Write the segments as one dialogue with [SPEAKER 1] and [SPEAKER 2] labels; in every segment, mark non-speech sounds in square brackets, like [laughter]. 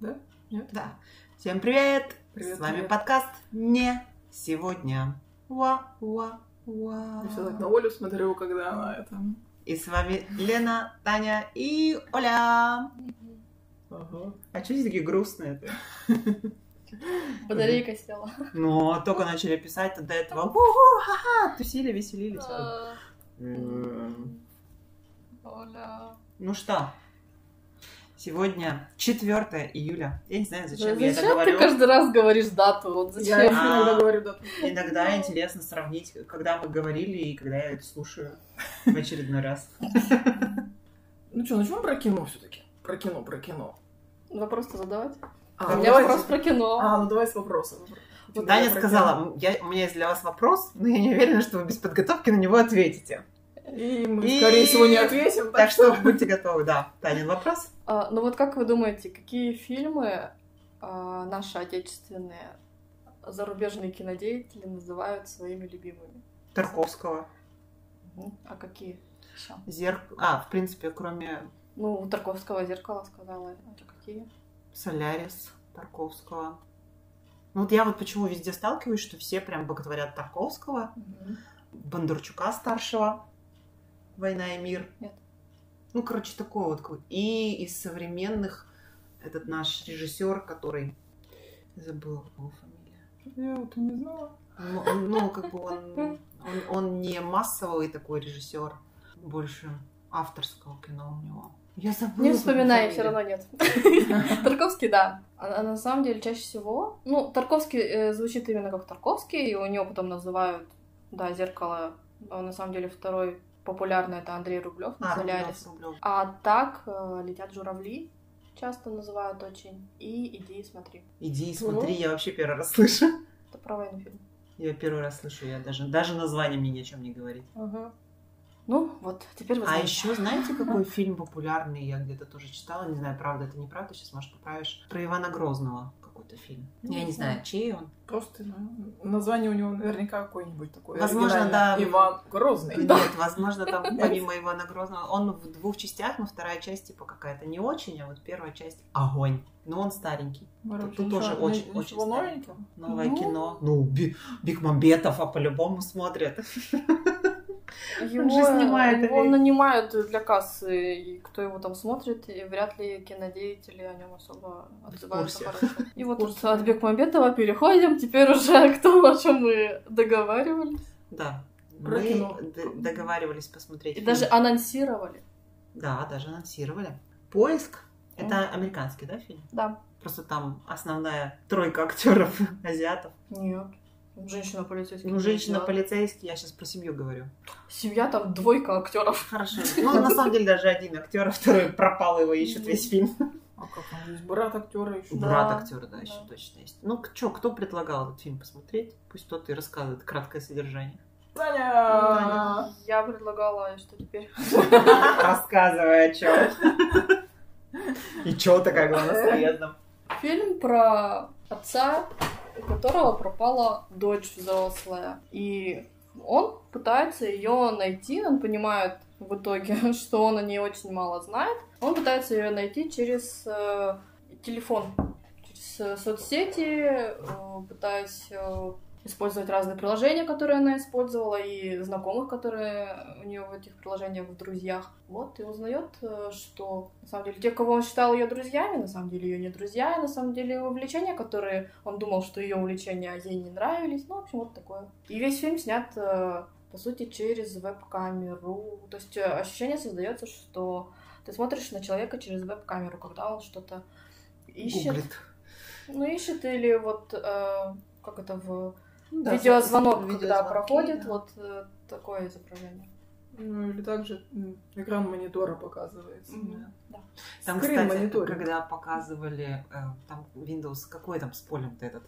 [SPEAKER 1] Да? Нет?
[SPEAKER 2] Да. Всем привет!
[SPEAKER 1] Привет,
[SPEAKER 2] С вами
[SPEAKER 1] привет.
[SPEAKER 2] подкаст «Не сегодня». Уа, уа, уа.
[SPEAKER 1] Я всегда так ну. на Олю смотрю, когда она это...
[SPEAKER 2] И с вами Лена, Таня и Оля.
[SPEAKER 1] Ага.
[SPEAKER 2] А что здесь такие грустные-то?
[SPEAKER 3] Батарейка села.
[SPEAKER 2] Ну, только начали писать, а до этого «Уху, ха-ха», тусили, веселились.
[SPEAKER 3] А,
[SPEAKER 2] М.
[SPEAKER 3] Оля.
[SPEAKER 2] Ну что, сегодня 4 июля. Я не знаю, зачем я это
[SPEAKER 3] Зачем ты
[SPEAKER 2] говорю.
[SPEAKER 3] каждый раз говоришь дату? Вот
[SPEAKER 1] Я
[SPEAKER 3] зачем?
[SPEAKER 1] иногда говорю, да.
[SPEAKER 2] Иногда интересно сравнить, когда мы говорили и когда я это слушаю в очередной раз.
[SPEAKER 1] Ну что, начнем про кино все таки Про кино, про кино.
[SPEAKER 3] Вопрос-то задавать?
[SPEAKER 1] А,
[SPEAKER 3] У
[SPEAKER 2] ну,
[SPEAKER 3] меня
[SPEAKER 1] давайте-
[SPEAKER 3] вопрос про кино.
[SPEAKER 1] А, ну давай с Типа, вопроса.
[SPEAKER 2] Вот Таня сказала, «М, я, у меня есть для вас вопрос, но я не уверена, что вы без подготовки на него ответите.
[SPEAKER 1] И мы,
[SPEAKER 2] И-
[SPEAKER 1] скорее всего, не ответим,
[SPEAKER 2] Так что будьте готовы, да. Танин вопрос.
[SPEAKER 3] А, Ну вот как вы думаете, какие фильмы а, наши отечественные зарубежные кинодеятели называют своими любимыми?
[SPEAKER 2] Тарковского.
[SPEAKER 3] А какие? ещё?
[SPEAKER 2] Зерк... А, в принципе, кроме
[SPEAKER 3] Ну, у Тарковского зеркало сказала. А то какие?
[SPEAKER 2] Солярис Тарковского. Ну вот я вот почему везде сталкиваюсь, что все прям боготворят Тарковского, Бондарчука старшего, «Война и мир».
[SPEAKER 3] Нет.
[SPEAKER 2] Ну, короче, такой вот. какой- И из современных этот наш режиссер, который... Забыла его фамилию.
[SPEAKER 1] Я вот и не знала.
[SPEAKER 2] Ну, он- ну, как бы он, он, он не массовый такой режиссер, больше авторского кино у него. Я забыла.
[SPEAKER 3] Не
[SPEAKER 2] как
[SPEAKER 3] вспоминай,
[SPEAKER 2] его
[SPEAKER 3] все
[SPEAKER 2] [laughs]
[SPEAKER 3] равно нет.
[SPEAKER 2] фамилия.
[SPEAKER 3] Тарковский, да. А, а на самом деле чаще всего, ну, Тарковский э, звучит именно как Тарковский, и у него потом называют, да, зеркало. А на самом деле второй популярный это Андрей Рублев,
[SPEAKER 2] А,
[SPEAKER 3] «Солярис».
[SPEAKER 2] Рублёв, Рублёв.
[SPEAKER 3] А так э, летят журавли, часто называют очень. И иди и смотри.
[SPEAKER 2] Иди
[SPEAKER 3] Ну.
[SPEAKER 2] и смотри, я вообще первый раз слышу.
[SPEAKER 3] Это про войну фильм.
[SPEAKER 2] Я первый раз слышу, я даже, даже название мне ни о чем не говорит.
[SPEAKER 3] Ну, вот, теперь вы
[SPEAKER 2] А
[SPEAKER 3] знаете.
[SPEAKER 2] еще знаете, какой фильм популярный, я где-то тоже читала, не знаю, правда это, неправда, сейчас, может, поправишь, про Ивана Грозного какой-то фильм. Я не знаю, чей он.
[SPEAKER 1] Просто ну, название у него наверняка какое-нибудь такое.
[SPEAKER 2] Возможно,
[SPEAKER 1] оригинальное.
[SPEAKER 2] да.
[SPEAKER 1] Иван Грозный.
[SPEAKER 2] Нет, возможно, там помимо Ивана Грозного, он в двух частях, но вторая часть типа какая-то не очень, а вот первая часть огонь. Но он старенький.
[SPEAKER 1] Тут
[SPEAKER 2] Тут тоже очень- очень
[SPEAKER 1] Ничего
[SPEAKER 2] старый.
[SPEAKER 1] новенького.
[SPEAKER 2] Новое
[SPEAKER 3] Ну.
[SPEAKER 2] кино. Ну, Би- Бекмамбетов, а по-любому смотрят.
[SPEAKER 3] Его,
[SPEAKER 2] Он же снимает,
[SPEAKER 3] его
[SPEAKER 2] или-
[SPEAKER 3] нанимают для кассы, и кто его там смотрит, и вряд ли кинодеятели о нем особо отзываются
[SPEAKER 2] курсе.
[SPEAKER 3] хорошо.
[SPEAKER 2] [laughs]
[SPEAKER 3] И вот
[SPEAKER 1] курсе,
[SPEAKER 3] от- от Бекмамбетова переходим теперь уже [laughs] к тому, о чем мы договаривались.
[SPEAKER 2] Да.
[SPEAKER 1] Про кино.
[SPEAKER 2] Мы д- договаривались посмотреть.
[SPEAKER 3] И
[SPEAKER 2] фильм.
[SPEAKER 3] даже анонсировали.
[SPEAKER 2] Да, даже анонсировали. Поиск. Это американский, да, фильм?
[SPEAKER 3] Да.
[SPEAKER 2] Просто там основная тройка актеров [laughs] азиатов.
[SPEAKER 3] Нет. Женщина-полицейский.
[SPEAKER 2] Ну, женщина-полицейский, я сейчас про семью говорю.
[SPEAKER 3] Семья там двойка актеров.
[SPEAKER 2] Хорошо. Ну, на самом деле, даже один актер, а второй пропал, его ищут весь фильм.
[SPEAKER 1] А как он здесь? Брат актера еще.
[SPEAKER 3] Да.
[SPEAKER 2] Брат актера, да,
[SPEAKER 3] да.
[SPEAKER 2] еще точно есть. Ну, к- чё, кто предлагал этот фильм посмотреть? Пусть тот и рассказывает краткое содержание.
[SPEAKER 1] Таня!
[SPEAKER 3] А, Я предлагала, и что теперь?
[SPEAKER 2] Рассказывай о чем. И чё такая главная с наездом?
[SPEAKER 3] Фильм про отца, у которого пропала дочь взрослая. И он пытается ее найти, он понимает в итоге, [laughs] что он о ней очень мало знает. Он пытается ее найти через э, телефон, через э, соцсети, э, пытаясь э, использовать разные приложения, которые она использовала, и знакомых, которые у нее в этих приложениях в друзьях. Вот, и узнает, э, что на самом деле те, кого он считал ее друзьями, на самом деле ее не друзья, и на самом деле её увлечения, которые он думал, что ее увлечения ей не нравились. Ну, в общем, вот такое. И весь фильм снят, э, по сути, через веб-камеру. То есть э, ощущение создается, что ты смотришь на человека через веб-камеру, когда он что-то ищет.
[SPEAKER 2] Гуглит.
[SPEAKER 3] Ну, ищет или вот э, как это в
[SPEAKER 2] Ну да,
[SPEAKER 3] видеозвонок,
[SPEAKER 2] собственно,
[SPEAKER 3] когда
[SPEAKER 2] видеозвонки,
[SPEAKER 3] проходит,
[SPEAKER 2] да.
[SPEAKER 3] вот э, такое изображение.
[SPEAKER 1] Ну, или также м, экран монитора показывается.
[SPEAKER 3] Мгм.
[SPEAKER 1] да.
[SPEAKER 3] Да.
[SPEAKER 2] Там,
[SPEAKER 1] Скрин
[SPEAKER 2] кстати,
[SPEAKER 1] мониторинг.
[SPEAKER 2] когда показывали э, там Windows, какой там с полем-то этот?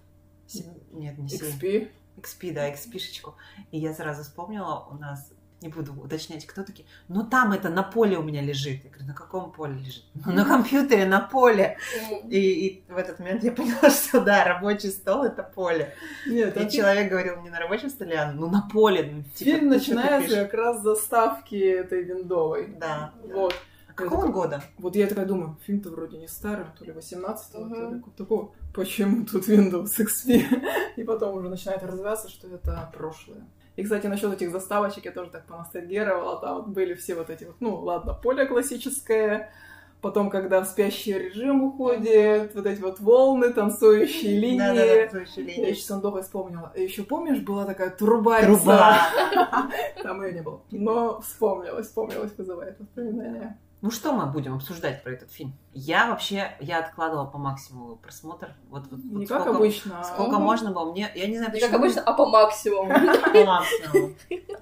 [SPEAKER 2] Сем- Нет, не 7.
[SPEAKER 1] XP.
[SPEAKER 2] XP, да, XP-шечку. И я сразу вспомнила, у нас, не буду уточнять, кто такие, но там это на поле у меня лежит. Я говорю, на каком поле лежит? [laughs] «Ну, на компьютере, на поле.
[SPEAKER 3] М,
[SPEAKER 2] И, и в этот момент я поняла, [laughs] что да, рабочий стол — это поле.
[SPEAKER 1] Нет,
[SPEAKER 2] И
[SPEAKER 1] это
[SPEAKER 2] человек говорил мне на рабочем столе, а, ну на поле. ну, типа,
[SPEAKER 1] фильм
[SPEAKER 2] ты что
[SPEAKER 1] начинается
[SPEAKER 2] тупишь?»
[SPEAKER 1] как раз с заставки этой виндовой.
[SPEAKER 2] Да. А
[SPEAKER 1] Вот. Я
[SPEAKER 2] Какого он
[SPEAKER 1] такая-
[SPEAKER 2] года?
[SPEAKER 1] Вот я такая думаю, фильм-то вроде не старый, то ли 18-го, то
[SPEAKER 3] Мгм.
[SPEAKER 1] ли какого-то такого. Почему тут Windows XP? [laughs] И потом уже начинает развиваться, что это прошлое. И, кстати, насчет этих заставочек я тоже так поностальгировала. Там вот были все вот эти вот, ну, ладно, поле классическое, потом, когда в спящий режим уходит, вот эти вот волны, танцующие линии.
[SPEAKER 2] Да-да-да,
[SPEAKER 1] Я
[SPEAKER 2] танцующие линии.
[SPEAKER 1] еще Сандова вспомнила. Еще помнишь, была такая трубарица?
[SPEAKER 2] Труба.
[SPEAKER 1] Там ее не было. Но вспомнилась, вспомнилась, вызывает воспоминания.
[SPEAKER 2] Ну что мы будем обсуждать про этот фильм? Я вообще, я откладывала по максимуму просмотр. Вот, вот, вот
[SPEAKER 1] Не как
[SPEAKER 2] сколько,
[SPEAKER 1] обычно. а
[SPEAKER 2] сколько
[SPEAKER 3] Мгм.
[SPEAKER 2] можно было. Мне, я не знаю,
[SPEAKER 3] Не
[SPEAKER 2] почему.
[SPEAKER 3] как обычно, а по
[SPEAKER 2] [laughs]
[SPEAKER 3] максимуму.
[SPEAKER 2] по максимуму.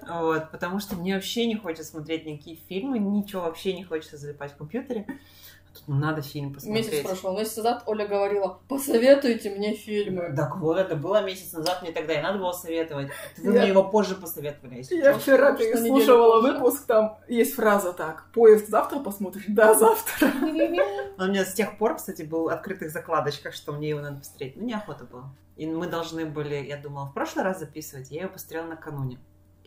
[SPEAKER 2] Вот, потому что мне вообще не хочется смотреть никакие фильмы, ничего вообще не хочется залипать в компьютере. А Тут надо фильм
[SPEAKER 3] Месяц
[SPEAKER 2] посмотреть.
[SPEAKER 3] прошел. Месяц назад Оля говорила, посоветуйте мне фильмы.
[SPEAKER 2] Так вот, это было месяц назад, мне тогда и надо было советовать. Вы
[SPEAKER 1] Я-
[SPEAKER 2] мне его позже посоветовали, если
[SPEAKER 1] Я
[SPEAKER 2] честно.
[SPEAKER 1] вчера
[SPEAKER 3] Потому что
[SPEAKER 1] переслушивала
[SPEAKER 3] неделю позже.
[SPEAKER 1] выпуск, там есть фраза так. Поезд завтра посмотришь? Да, завтра.
[SPEAKER 2] Он у меня с тех пор, кстати, был в открытых закладочках, что мне его надо посмотреть. Ну, неохота было. И мы должны были, я думала, в прошлый раз записывать, я его посмотрела накануне.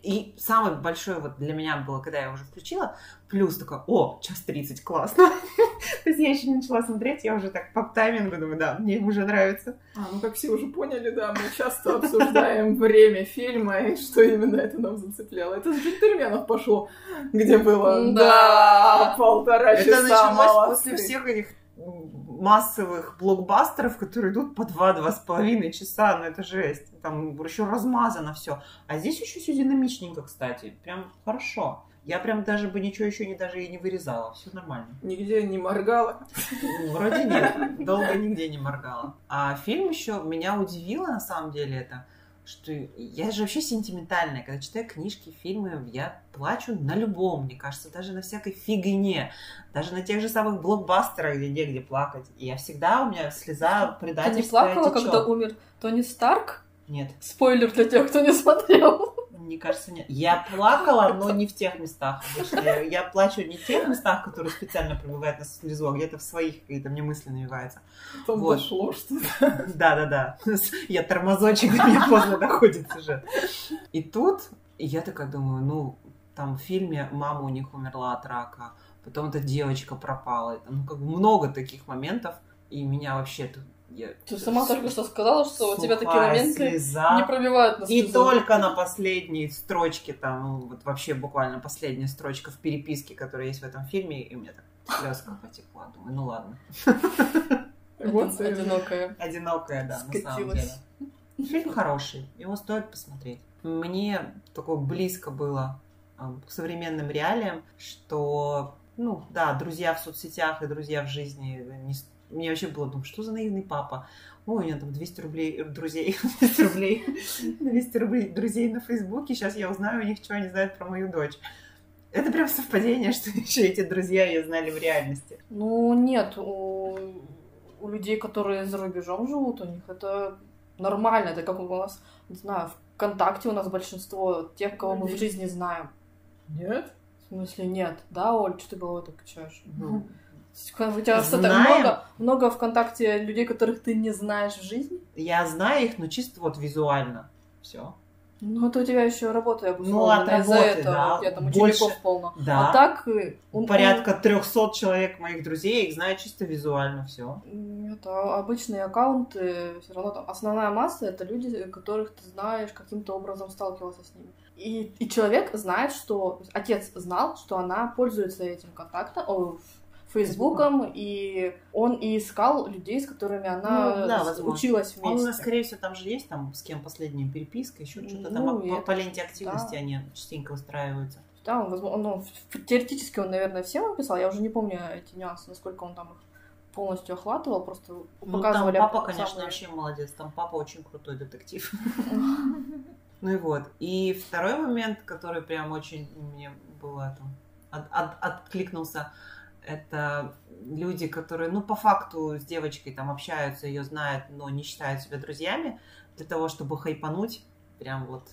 [SPEAKER 2] И самое большое вот для меня было, когда я уже включила, плюс такой, о, час 30, классно. [laughs] То есть я еще не начала смотреть, я уже так по таймингу думаю, да, мне уже нравится.
[SPEAKER 1] А, ну как все уже поняли, да, мы часто обсуждаем время фильма и что именно это нам зацепляло. Это с джентльменов пошло, где было,
[SPEAKER 3] Да.
[SPEAKER 1] да, полтора
[SPEAKER 2] Это
[SPEAKER 1] часа
[SPEAKER 2] началось после
[SPEAKER 1] молодцы.
[SPEAKER 2] всех этих м, массовых блокбастеров, которые идут по два-два с половиной часа, ну это жесть. Там еще размазано все. А здесь еще все динамичненько, кстати. Прям хорошо. Я прям даже бы ничего еще не даже и не вырезала. Все нормально.
[SPEAKER 1] Нигде не моргала.
[SPEAKER 2] Ну, Вроде нет.
[SPEAKER 3] [laughs]
[SPEAKER 2] Долго нигде не моргала. А фильм еще меня удивило на самом деле это, что я же вообще сентиментальная. Когда читаю книжки, фильмы, я плачу на любом, мне кажется, даже на всякой фигне. Даже на тех же самых блокбастерах, где негде плакать. И я всегда, у меня слеза
[SPEAKER 3] Ты не
[SPEAKER 2] предательская
[SPEAKER 3] плакала,
[SPEAKER 2] течет.
[SPEAKER 3] когда умер Тони Старк?
[SPEAKER 2] Нет,
[SPEAKER 3] Спойлер для тех, кто не смотрел.
[SPEAKER 2] мне кажется, нет.
[SPEAKER 3] [laughs]
[SPEAKER 2] Я плакала, но не в тех местах. обычно. Я, я плачу не в тех местах, которые специально прибывают на слезу, а где-то в своих, где-то мне мысли навиваются.
[SPEAKER 1] Потом
[SPEAKER 2] Вот.
[SPEAKER 1] дошло, что
[SPEAKER 2] Да-да-да. Я тормозочек, до меня поздно доходит уже. И тут я такая думаю, ну, там в фильме мама у них умерла от рака, потом эта девочка пропала. И там, ну, как бы много таких моментов, и меня вообще... тут- я-
[SPEAKER 3] Ты сама только что сказала, что у тебя такие
[SPEAKER 2] Сухая
[SPEAKER 3] моменты
[SPEAKER 2] слеза.
[SPEAKER 3] не пробивают на
[SPEAKER 2] И
[SPEAKER 3] слезу.
[SPEAKER 2] только на последней строчке, там, ну, вот вообще буквально последняя строчка в переписке, которая есть в этом фильме, и у меня так слезка потекла. Думаю, ну ладно.
[SPEAKER 3] Один-
[SPEAKER 1] эмоции.
[SPEAKER 3] Одинокая.
[SPEAKER 2] Одинокая, да, на самом деле.
[SPEAKER 3] Скатилась.
[SPEAKER 2] Фильм хороший, его стоит посмотреть. Мне такое близко было а, к современным реалиям, что, ну, да, друзья в соцсетях и друзья в жизни. не с- Мне вообще было, думаю, что за наивный папа? Ой, у него там 200 рублей, э, друзей, [laughs] 200 рублей, 200 рублей друзей на Фейсбуке. Сейчас я узнаю у них, что они знают про мою дочь. Это прям совпадение, [laughs] что еще эти друзья ее знали в реальности.
[SPEAKER 3] Ну, нет, у, у людей, которые за рубежом живут, у них это нормально. Это как у нас, не знаю, ВКонтакте у нас большинство тех, кого мы в жизни знаем.
[SPEAKER 1] Нет?
[SPEAKER 3] В смысле, нет. Да, Оль, что ты головой так качаешь?
[SPEAKER 2] Ну,
[SPEAKER 3] У тебя что так
[SPEAKER 2] Знаем.
[SPEAKER 3] много, много ВКонтакте людей, которых ты не знаешь в жизни?
[SPEAKER 2] я знаю их, но чисто вот визуально. Все.
[SPEAKER 3] Ну, это у тебя еще работа, я бы
[SPEAKER 2] Ну,
[SPEAKER 3] сказала,
[SPEAKER 2] от
[SPEAKER 3] из-за
[SPEAKER 2] работы,
[SPEAKER 3] этого.
[SPEAKER 2] да.
[SPEAKER 3] У тебя там
[SPEAKER 2] Больше-
[SPEAKER 3] учеников полно.
[SPEAKER 2] Да.
[SPEAKER 3] А так... э, он-
[SPEAKER 2] порядка 300 человек моих друзей, я их знаю чисто визуально, все.
[SPEAKER 3] он- Нет, а обычные аккаунты, все равно там основная масса это люди, которых ты знаешь, каким-то образом сталкивался с ними. И, и человек знает, что отец знал, что она пользуется этим контактом, о, Фейсбуком, и он и искал людей, с которыми она
[SPEAKER 2] Ну, да,
[SPEAKER 3] с-
[SPEAKER 2] возможно.
[SPEAKER 3] училась
[SPEAKER 2] Он,
[SPEAKER 3] вместе.
[SPEAKER 2] скорее всего, там же есть, там с кем последняя переписка, еще что-то
[SPEAKER 3] Ну,
[SPEAKER 2] там
[SPEAKER 3] и
[SPEAKER 2] по,
[SPEAKER 3] это
[SPEAKER 2] по
[SPEAKER 3] же,
[SPEAKER 2] ленте активности
[SPEAKER 3] да.
[SPEAKER 2] они частенько устраиваются.
[SPEAKER 3] Да, он, возможно, ну, ф- теоретически он, наверное, всем он писал. Я уже не помню эти нюансы, насколько он там их полностью охватывал. Просто
[SPEAKER 2] Ну, там
[SPEAKER 3] показывали...
[SPEAKER 2] папа,
[SPEAKER 3] самые-
[SPEAKER 2] конечно, вообще молодец, там папа очень крутой детектив. Ну и вот. И второй момент, который прям очень мне было там от- от- откликнулся, это люди, которые, ну, по факту с девочкой там общаются, ее знают, но не считают себя друзьями, для того, чтобы хайпануть, прям вот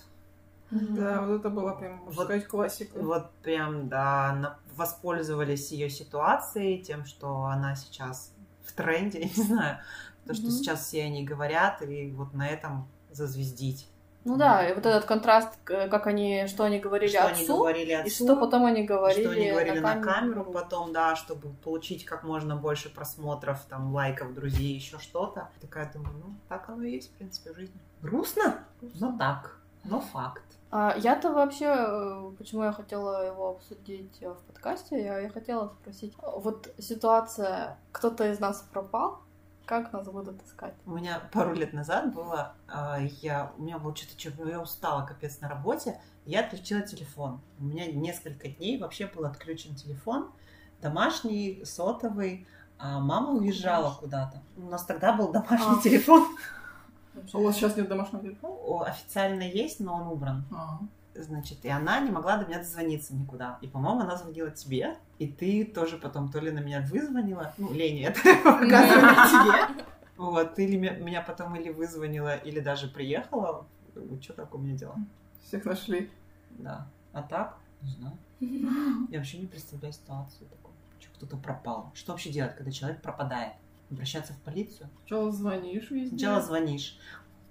[SPEAKER 1] Да, вот это была прям, можно
[SPEAKER 2] Вот.
[SPEAKER 1] сказать, классика.
[SPEAKER 2] Вот прям, да, на- воспользовались ее ситуацией, тем, что она сейчас в [laughs] тренде, я не знаю, то, что
[SPEAKER 3] Мгм.
[SPEAKER 2] сейчас все они говорят, и вот на этом зазвездить.
[SPEAKER 3] Ну да, и вот этот контраст, к- как они, что они говорили
[SPEAKER 2] что они
[SPEAKER 3] отцу,
[SPEAKER 2] говорили отцу,
[SPEAKER 3] и что потом они говорили,
[SPEAKER 2] что они говорили на камеру.
[SPEAKER 3] камеру.
[SPEAKER 2] потом, да, чтобы получить как можно больше просмотров, там, лайков, друзей, еще что-то. Такая думаю, ну, так оно и есть, в принципе, в жизни. Грустно? Ну так, но факт.
[SPEAKER 3] А я-то вообще, э, почему я хотела его обсудить э, в подкасте, я и хотела спросить. Вот ситуация, кто-то из нас пропал, как нас будут искать?
[SPEAKER 2] У меня пару лет назад было, а, я, у меня было что-то, я устала капец на работе, я отключила телефон. У меня несколько дней вообще был отключен телефон, домашний, сотовый, а мама уезжала куда-то. У нас тогда был домашний [laughs]
[SPEAKER 3] А.
[SPEAKER 2] телефон. Ну,
[SPEAKER 1] А у вас сейчас нет домашнего телефона?
[SPEAKER 2] О, Официально есть, но он убран.
[SPEAKER 1] А,
[SPEAKER 2] Значит, и она не могла до меня дозвониться никуда. И, по-моему, она звонила тебе, и ты тоже потом то ли на меня вызвонила, ну, Лене это [laughs]
[SPEAKER 3] [laughs]
[SPEAKER 2] показывала тебе. Вот, или ме- меня потом или вызвонила, или даже приехала. Что так у меня дела?
[SPEAKER 1] всех нашли.
[SPEAKER 2] Да. А так?
[SPEAKER 1] [laughs]
[SPEAKER 2] Не знаю. Я вообще не представляю ситуацию такую. Что кто-то пропал? Что вообще делать, когда человек пропадает? Обращаться в полицию?
[SPEAKER 1] Сначала звонишь везде.
[SPEAKER 2] Сначала звонишь.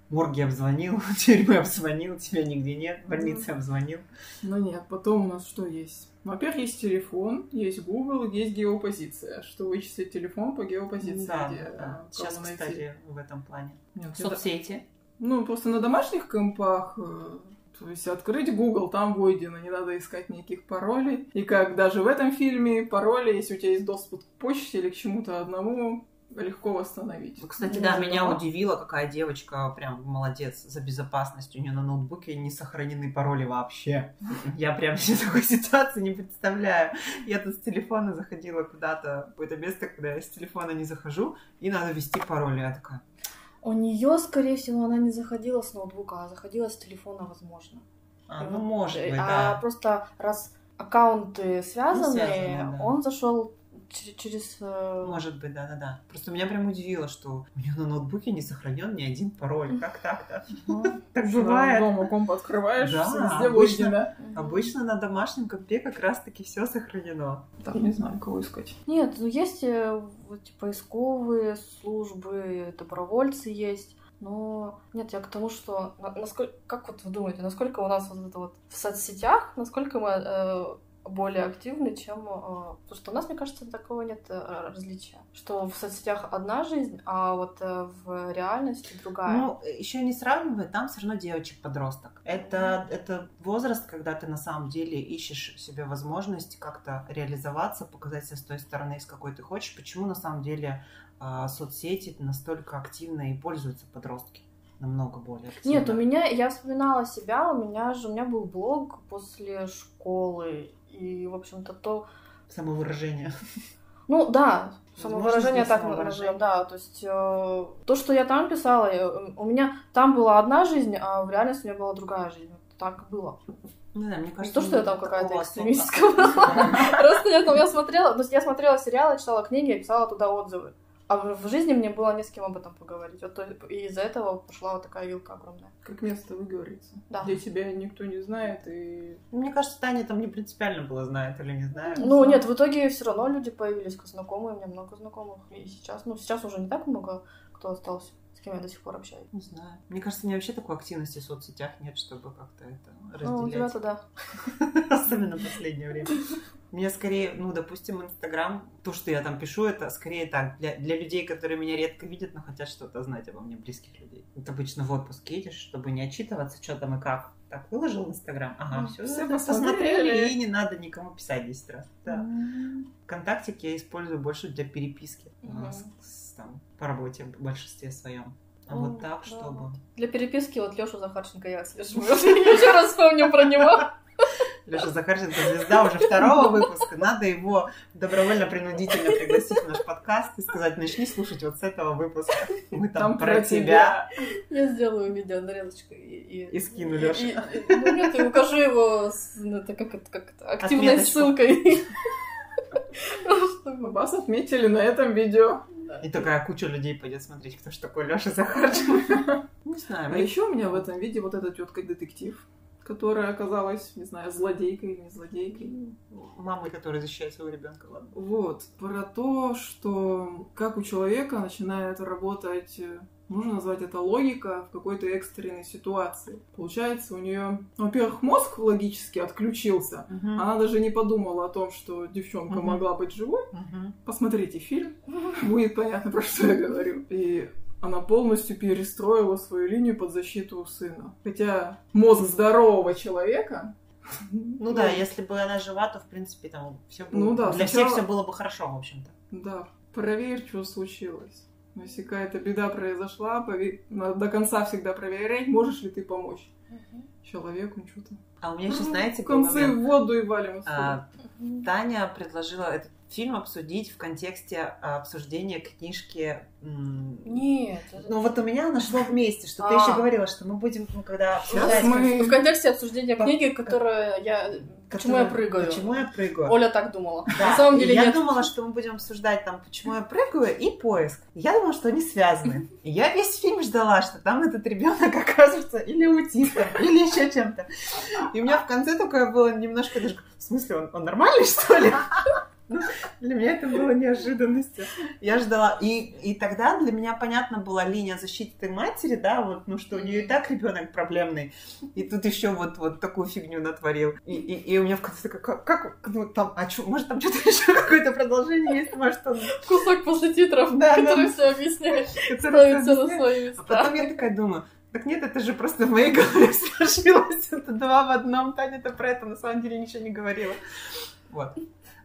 [SPEAKER 2] Морги обзвонил, [laughs] тюрьмы обзвонил, тебя нигде нет, больницы
[SPEAKER 1] Ну,
[SPEAKER 2] обзвонил.
[SPEAKER 1] Но нет, потом у нас что есть? Во-первых, есть телефон, есть Google, есть геопозиция. Что вычислить телефон по геопозиции?
[SPEAKER 2] Да,
[SPEAKER 1] где,
[SPEAKER 2] да,
[SPEAKER 1] э,
[SPEAKER 2] да.
[SPEAKER 1] кого
[SPEAKER 2] Сейчас,
[SPEAKER 1] найти.
[SPEAKER 2] кстати, в этом плане.
[SPEAKER 1] Нет, это-
[SPEAKER 2] Соцсети.
[SPEAKER 1] Ну, просто на домашних компах, э, то есть открыть Google, там войдено, не надо искать никаких паролей. И как даже в этом фильме пароли, если у тебя есть доступ к почте или к чему-то одному, легко восстановить.
[SPEAKER 2] Ну, Кстати,
[SPEAKER 1] Не
[SPEAKER 2] да,
[SPEAKER 1] забыла.
[SPEAKER 2] меня удивило, какая девочка прям молодец за безопасность. У нее на ноутбуке не сохранены пароли вообще. Я прям себе такой ситуации не представляю. Я тут с телефона заходила куда-то, в какое-то место, куда я с телефона не захожу, и надо ввести пароль. Я такая,
[SPEAKER 3] У нее, скорее всего, она не заходила с ноутбука, а заходила с телефона, возможно.
[SPEAKER 2] а, ну, может быть,
[SPEAKER 3] А
[SPEAKER 2] да.
[SPEAKER 3] просто раз аккаунты связаны,
[SPEAKER 2] связаны, да.
[SPEAKER 3] он зашел ч- через... э,
[SPEAKER 2] Может быть, да-да-да. Просто меня прям удивило, что у нее на ноутбуке не сохранен ни один пароль. Как так-то?
[SPEAKER 3] Мгм.
[SPEAKER 2] Так
[SPEAKER 1] Что,
[SPEAKER 2] бывает.
[SPEAKER 1] Дома комп открываешь,
[SPEAKER 2] Да,
[SPEAKER 1] везде
[SPEAKER 2] обычно.
[SPEAKER 1] войдено.
[SPEAKER 2] Обычно на домашнем компе как раз-таки все сохранено.
[SPEAKER 1] Там не знаю, кого искать.
[SPEAKER 3] Нет, ну есть э, вот эти поисковые службы, добровольцы есть. Но нет, я к тому, что на- насколько, как вот вы думаете, насколько у нас вот это вот в соцсетях, насколько мы э, более активны, чем... э, потому что у нас, мне кажется, такого нет э, различия. Что в соцсетях одна жизнь, а вот э, в реальности другая.
[SPEAKER 2] Ну, еще не сравнивая, там все равно девочек-подросток. Это, это возраст, когда ты на самом деле ищешь себе возможность как-то реализоваться, показать себя с той стороны, с какой ты хочешь. Почему на самом деле а, соцсети настолько активно и пользуются подростки? Намного более активно.
[SPEAKER 3] Нет, у меня, я вспоминала себя, у меня же, у меня был блог после школы, и, в общем-то, то...
[SPEAKER 2] Самовыражение.
[SPEAKER 3] Ну, да,
[SPEAKER 2] Возможно,
[SPEAKER 3] самовыражение
[SPEAKER 2] здесь
[SPEAKER 3] так
[SPEAKER 2] самовыражение.
[SPEAKER 3] назовем, да, то есть э, то, что я там писала, я- у меня там была одна жизнь, а в реальности у меня была другая жизнь, Вот так было.
[SPEAKER 2] Не знаю, мне
[SPEAKER 3] Не
[SPEAKER 2] кажется...
[SPEAKER 3] Ну, то, что я там
[SPEAKER 2] нет
[SPEAKER 3] какая-то
[SPEAKER 2] такого
[SPEAKER 3] экстремистка была. [laughs] Просто я там, я смотрела, то есть я смотрела сериалы, читала книги, я писала туда отзывы. А в в жизни мне было не с кем об этом поговорить. Вот то- и из-за этого пошла вот такая вилка огромная.
[SPEAKER 1] Как место выговориться.
[SPEAKER 3] Да.
[SPEAKER 1] Где тебя никто не знает и...
[SPEAKER 2] особо. Ну, Мне кажется, Таня там не принципиально было, знает или не знает.
[SPEAKER 3] Ну
[SPEAKER 1] знаю.
[SPEAKER 3] нет, в итоге все равно люди появились знакомые, у меня много знакомых. И сейчас, ну сейчас уже не так много кто остался, с кем я до сих пор общаюсь.
[SPEAKER 2] Не знаю. Мне кажется, у меня вообще такой активности в соцсетях нет, чтобы как-то это разделять.
[SPEAKER 3] Ну, у тебя-то да.
[SPEAKER 2] [laughs] Особенно в последнее время. Меня скорее, ну, допустим, Инстаграм, то, что я там пишу, это скорее так, для, для людей, которые меня редко видят, но хотят что-то знать обо мне, близких людей. Вот обычно в отпуск едешь, чтобы не отчитываться, что там и как. Так, выложил в Инстаграм, ага,
[SPEAKER 1] Ну,
[SPEAKER 2] все,
[SPEAKER 1] все
[SPEAKER 2] посмотрели,
[SPEAKER 1] посмотрели.
[SPEAKER 2] и не надо никому писать 10 раз. Да.
[SPEAKER 1] М.
[SPEAKER 2] Вконтактик я использую больше для переписки, а, с-
[SPEAKER 3] Мгм.
[SPEAKER 2] с- там, по работе в большинстве своем. А
[SPEAKER 3] Ну,
[SPEAKER 2] вот так,
[SPEAKER 3] да,
[SPEAKER 2] чтобы...
[SPEAKER 3] Для переписки вот Лёшу Захарченко я отслежу. Еще раз вспомним про него.
[SPEAKER 2] Леша Захарченко звезда уже второго выпуска. Надо его добровольно-принудительно пригласить в наш подкаст и сказать, начни слушать вот с этого выпуска. Мы там, про тебя.
[SPEAKER 3] Я сделаю видео нарезочку и... И,
[SPEAKER 2] И скину
[SPEAKER 3] и-
[SPEAKER 2] Лёше.
[SPEAKER 3] и- и- Ну нет, и укажу его с- ну, это как это, как это, активной
[SPEAKER 2] Отметочку.
[SPEAKER 3] ссылкой.
[SPEAKER 1] Вас отметили на этом видео.
[SPEAKER 2] И такая куча людей пойдет смотреть, кто же такой Ну, Леша Захарченко. Не знаю.
[SPEAKER 1] А еще у меня в этом виде вот эта тетка детектив, которая оказалась, не знаю, злодейкой или не злодейкой.
[SPEAKER 2] Мамы, которая защищает своего ребенка, ладно.
[SPEAKER 1] Вот, про то, что как у человека начинает работать э, Можно назвать это логика в какой-то экстренной ситуации. Получается, у нее, ну, во-первых, мозг логически отключился.
[SPEAKER 2] Мгм.
[SPEAKER 1] Она даже не подумала о том, что девчонка
[SPEAKER 2] Мгм.
[SPEAKER 1] могла быть живой.
[SPEAKER 2] Мгм.
[SPEAKER 1] Посмотрите
[SPEAKER 2] [laughs]
[SPEAKER 1] фильм, будет понятно, про что я говорю. И она полностью перестроила свою линию под защиту сына. Хотя мозг здорового человека...
[SPEAKER 2] [laughs] Ну да, если бы она жива, то в принципе там все было.
[SPEAKER 1] Ну да,
[SPEAKER 2] для
[SPEAKER 1] сначала-
[SPEAKER 2] всех все было бы хорошо, в общем-то.
[SPEAKER 1] Да, проверь, что случилось. Но Если какая-то беда произошла, пове- надо до конца всегда проверять, можешь ли ты помочь человеку что-то.
[SPEAKER 2] А у меня еще, знаете,
[SPEAKER 1] в
[SPEAKER 2] был
[SPEAKER 1] конце
[SPEAKER 2] момент.
[SPEAKER 1] в воду и валим
[SPEAKER 2] А,
[SPEAKER 1] отсюда.
[SPEAKER 2] Таня предложила этот фильм обсудить в контексте а, обсуждения книжки. м,
[SPEAKER 3] Нет. это-
[SPEAKER 2] Ну вот у меня нашло вместе, что ты
[SPEAKER 3] А.
[SPEAKER 2] еще говорила, что мы будем, ну, когда обсуждать,
[SPEAKER 3] В
[SPEAKER 1] мы...
[SPEAKER 3] контексте обсуждения
[SPEAKER 2] По-
[SPEAKER 3] книги, которую я... Почему я прыгаю?
[SPEAKER 2] Почему я прыгаю?
[SPEAKER 3] Оля так думала.
[SPEAKER 2] Да,
[SPEAKER 3] На самом
[SPEAKER 2] и
[SPEAKER 3] деле
[SPEAKER 2] я
[SPEAKER 3] нет.
[SPEAKER 2] думала, что мы будем обсуждать там, почему я прыгаю, и поиск. Я думала, что они
[SPEAKER 3] [laughs]
[SPEAKER 2] связаны. И я весь фильм ждала, что там этот ребенок окажется или аутистом, или еще чем-то. И у меня в конце такое было немножко даже, в смысле, он, он нормальный, что ли? Ну, Для меня это было неожиданностью. Я ждала. И, и тогда для меня понятна была линия защиты матери, да, вот, ну что у нее и так ребенок проблемный. И тут еще вот, вот такую фигню натворил. И, и, и у меня в конце такая, как, как ну там, а чё, может там что-то еще какое-то продолжение есть, может он...
[SPEAKER 3] Кусок после титров,
[SPEAKER 2] Да,
[SPEAKER 3] который
[SPEAKER 2] да.
[SPEAKER 3] все объясняет.
[SPEAKER 2] который
[SPEAKER 3] Ставит
[SPEAKER 2] всё
[SPEAKER 3] все на
[SPEAKER 2] объясняет».
[SPEAKER 3] свои
[SPEAKER 2] А
[SPEAKER 3] места.
[SPEAKER 2] потом я такая думаю, так нет, это же просто в моей голове сложилось, это два в одном, Таня-то про это на самом деле ничего не говорила. Вот.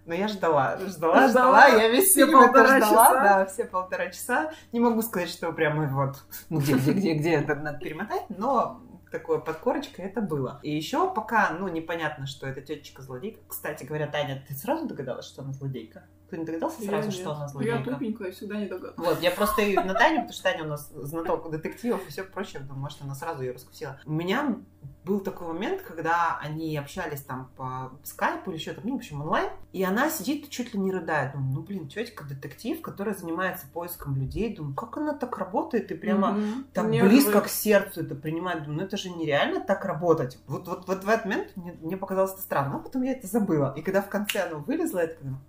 [SPEAKER 2] Но я ждала, ждала, ждала,
[SPEAKER 1] Ждала
[SPEAKER 2] я весь
[SPEAKER 1] все
[SPEAKER 2] фильм это
[SPEAKER 1] полтора
[SPEAKER 2] ждала,
[SPEAKER 1] часа.
[SPEAKER 2] да, все полтора часа. Не могу сказать, что прямо вот, ну где, где, где, где, это надо перемотать, но такое подкорочка это было. И еще пока, ну, непонятно, что это тетечка злодейка. Кстати говоря, Таня, ты сразу догадалась, что она злодейка? Ты не догадался
[SPEAKER 1] Я
[SPEAKER 2] сразу,
[SPEAKER 1] нет.
[SPEAKER 2] что она
[SPEAKER 1] Я
[SPEAKER 2] злодейка?
[SPEAKER 1] тупенькая, всегда не догадываюсь.
[SPEAKER 2] Вот, я просто ее на Таню, потому что Таня у нас знаток детективов и все прочее, думаю, может, она сразу ее раскусила. У меня был такой момент, когда они общались там по скайпу или еще там, ну, в общем, онлайн, и она сидит и чуть ли не рыдает. Думаю, ну, блин, тетенька детектив, которая занимается поиском людей. Думаю, как она так работает и прямо
[SPEAKER 1] Мгм.
[SPEAKER 2] так
[SPEAKER 1] Мне
[SPEAKER 2] близко
[SPEAKER 1] вот-
[SPEAKER 2] к сердцу это принимать. Думаю, ну это же нереально так работать. Вот, вот, вот в этот момент мне, мне показалось это странно, а потом я это забыла. И когда в конце оно вылезло, я такая, думаю,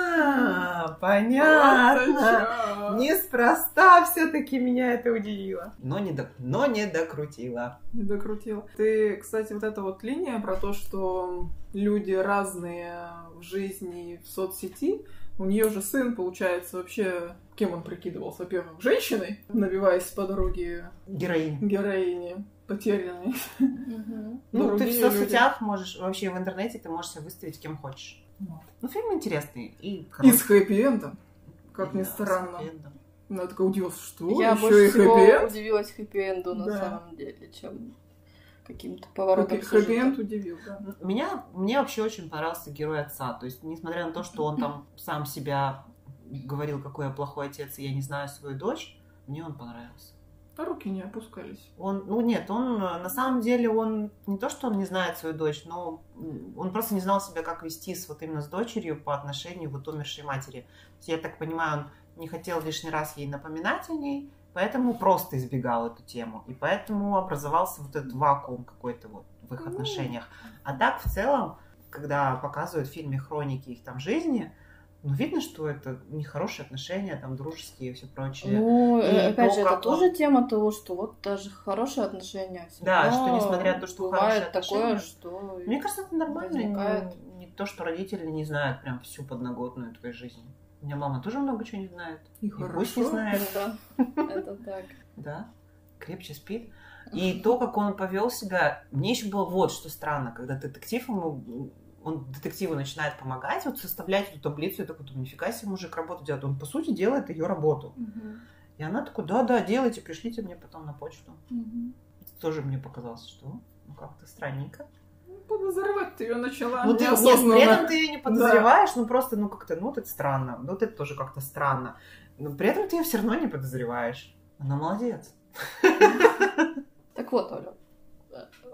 [SPEAKER 2] а понятно.
[SPEAKER 1] Молодца.
[SPEAKER 2] Неспроста все-таки меня это удивило. Но не, до- но не докрутила.
[SPEAKER 1] Не докрутила. Ты, кстати, вот эта вот линия про то, что люди разные в жизни и в соцсети, у нее же сын, получается, вообще, кем он прикидывался? Во-первых, женщиной, набиваясь по дороге
[SPEAKER 2] Героиня.
[SPEAKER 1] героини потерянной.
[SPEAKER 3] Мгм.
[SPEAKER 2] Ну, ты
[SPEAKER 1] Другие
[SPEAKER 2] в
[SPEAKER 1] люди.
[SPEAKER 2] соцсетях можешь, вообще в интернете ты можешь себя выставить кем хочешь. Ну, фильм интересный и
[SPEAKER 1] И
[SPEAKER 2] короткий.
[SPEAKER 1] с хэппи-эндом. Как ни
[SPEAKER 2] Да,
[SPEAKER 1] странно.
[SPEAKER 2] стupendo.
[SPEAKER 1] Она такая удивилась, что?
[SPEAKER 3] Я
[SPEAKER 1] Еще Ну, и
[SPEAKER 3] больше всего
[SPEAKER 1] хэппи-энд?
[SPEAKER 3] удивилась хэппи-энду на
[SPEAKER 1] Да.
[SPEAKER 3] самом деле, чем каким-то
[SPEAKER 1] Хэппи-
[SPEAKER 3] поворотом
[SPEAKER 1] Хэппи-энд
[SPEAKER 3] сюжета.
[SPEAKER 1] удивил, да.
[SPEAKER 2] Меня, мне вообще очень понравился герой отца. То есть, несмотря на то, что он там сам себя говорил, какой я плохой отец, и я не знаю свою дочь, мне он понравился.
[SPEAKER 1] А руки не опускались.
[SPEAKER 2] Он, ну нет, он э, на самом деле он не то, что он не знает свою дочь, но м, он просто не знал себя, как вести с вот именно с дочерью по отношению вот умершей матери. То есть, я так понимаю, он не хотел лишний раз ей напоминать о ней, поэтому просто избегал эту тему. И поэтому образовался вот этот вакуум какой-то вот в их
[SPEAKER 1] Ну.
[SPEAKER 2] отношениях. А так в целом, когда показывают в фильме хроники их там жизни, ну видно, что это нехорошие отношения, там дружеские и все прочее.
[SPEAKER 3] Ну,
[SPEAKER 2] И
[SPEAKER 3] э, опять
[SPEAKER 2] то,
[SPEAKER 3] же, это
[SPEAKER 2] как он-
[SPEAKER 3] тоже тема того, что вот даже хорошие отношения всё
[SPEAKER 2] Да,
[SPEAKER 3] равно
[SPEAKER 2] что несмотря на то, что
[SPEAKER 3] бывает
[SPEAKER 2] хорошие
[SPEAKER 3] такое,
[SPEAKER 2] отношения,
[SPEAKER 3] что
[SPEAKER 2] Мне кажется, это нормально.
[SPEAKER 3] Возникает.
[SPEAKER 2] Не, не то, что родители не знают прям всю подноготную твоей жизни. У меня мама тоже много чего не знает.
[SPEAKER 1] И
[SPEAKER 2] И пусть не
[SPEAKER 1] хорошо.
[SPEAKER 2] знает.
[SPEAKER 3] [laughs] Да, это так.
[SPEAKER 2] Да, крепче спит. И то, как он повел себя, мне еще было вот что странно, когда детектив ему он детективу начинает помогать, вот составлять эту таблицу, я такой, думаю, нифига себе мужик работу делает. Он, по сути, делает ее работу. И она такой, да-да, делайте, пришлите мне потом на почту. Это тоже мне показалось, что ну, как-то странненько.
[SPEAKER 1] Подозревать ты ее начала
[SPEAKER 2] Ну, ты, нет,
[SPEAKER 1] неосознанно.
[SPEAKER 2] при этом ты ее не подозреваешь, ну просто, ну как-то, ну вот это странно, ну вот это тоже как-то странно. Но при этом ты ее все равно не подозреваешь. Она молодец.
[SPEAKER 3] Так вот, Оля,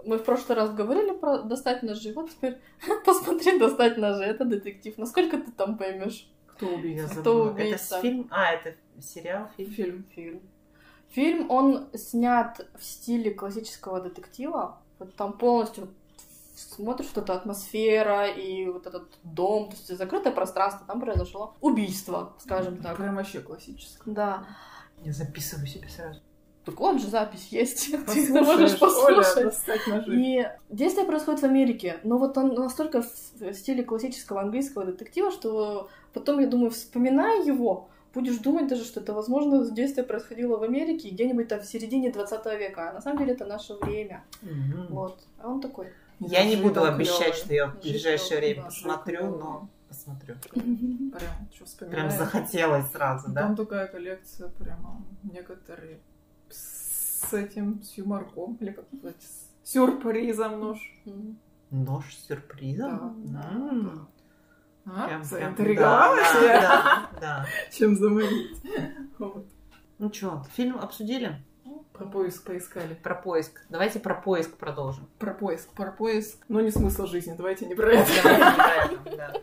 [SPEAKER 3] мы в прошлый раз говорили про достать ножи, вот теперь [laughs] посмотри достать ножи, это детектив. Насколько ты там поймешь
[SPEAKER 1] Кто
[SPEAKER 2] Я
[SPEAKER 1] убийца?
[SPEAKER 2] забыла. Это
[SPEAKER 3] убийца?
[SPEAKER 2] с фильм... А, это сериал, фильм?
[SPEAKER 1] Фильм.
[SPEAKER 3] фильм? Фильм, он снят в стиле классического детектива, вот там полностью смотришь, что-то атмосфера и вот этот дом, то есть закрытое пространство, там произошло убийство, скажем так. [laughs]
[SPEAKER 1] Прям вообще классическое.
[SPEAKER 3] Да.
[SPEAKER 2] Я записываю себе сразу.
[SPEAKER 3] Так вот же запись есть, [laughs] ты
[SPEAKER 1] Послушаешь,
[SPEAKER 3] можешь
[SPEAKER 1] Оля,
[SPEAKER 3] послушать.
[SPEAKER 1] достать ножи.
[SPEAKER 3] И действие происходит в Америке, но вот он настолько в стиле классического английского детектива, что потом, я думаю, вспоминая его, будешь думать даже, что это, возможно, действие происходило в Америке где-нибудь там в середине 20 века, а на самом деле это наше время.
[SPEAKER 2] Мгм.
[SPEAKER 3] Вот. А он такой.
[SPEAKER 2] Я не
[SPEAKER 1] Ножи
[SPEAKER 2] буду
[SPEAKER 1] там
[SPEAKER 2] обещать,
[SPEAKER 1] клёвые.
[SPEAKER 2] что я в
[SPEAKER 3] Ножи
[SPEAKER 2] ближайшее
[SPEAKER 3] клёвые,
[SPEAKER 2] время
[SPEAKER 3] да,
[SPEAKER 1] Ножи
[SPEAKER 2] посмотрю,
[SPEAKER 1] клёвые.
[SPEAKER 2] но посмотрю.
[SPEAKER 1] Прям, что вспоминаю.
[SPEAKER 2] Прям захотелось сразу, да?
[SPEAKER 1] Там такая коллекция прямо некоторые с этим, с юморком, или как сказать, с сюрпризом нож.
[SPEAKER 3] Мгм.
[SPEAKER 2] Нож с сюрпризом?
[SPEAKER 1] Да,
[SPEAKER 2] М.
[SPEAKER 1] А?
[SPEAKER 2] Прям- прям,
[SPEAKER 1] Заинтриговала
[SPEAKER 2] да,
[SPEAKER 1] тебя?
[SPEAKER 2] да, да.
[SPEAKER 1] Чем замылить? Вот.
[SPEAKER 2] Ну что, фильм обсудили?
[SPEAKER 1] Про поиск поискали.
[SPEAKER 2] Про поиск. Давайте про поиск продолжим.
[SPEAKER 1] Про поиск, про поиск. Но не смысл жизни, давайте не про это.
[SPEAKER 2] Давайте не про это, да.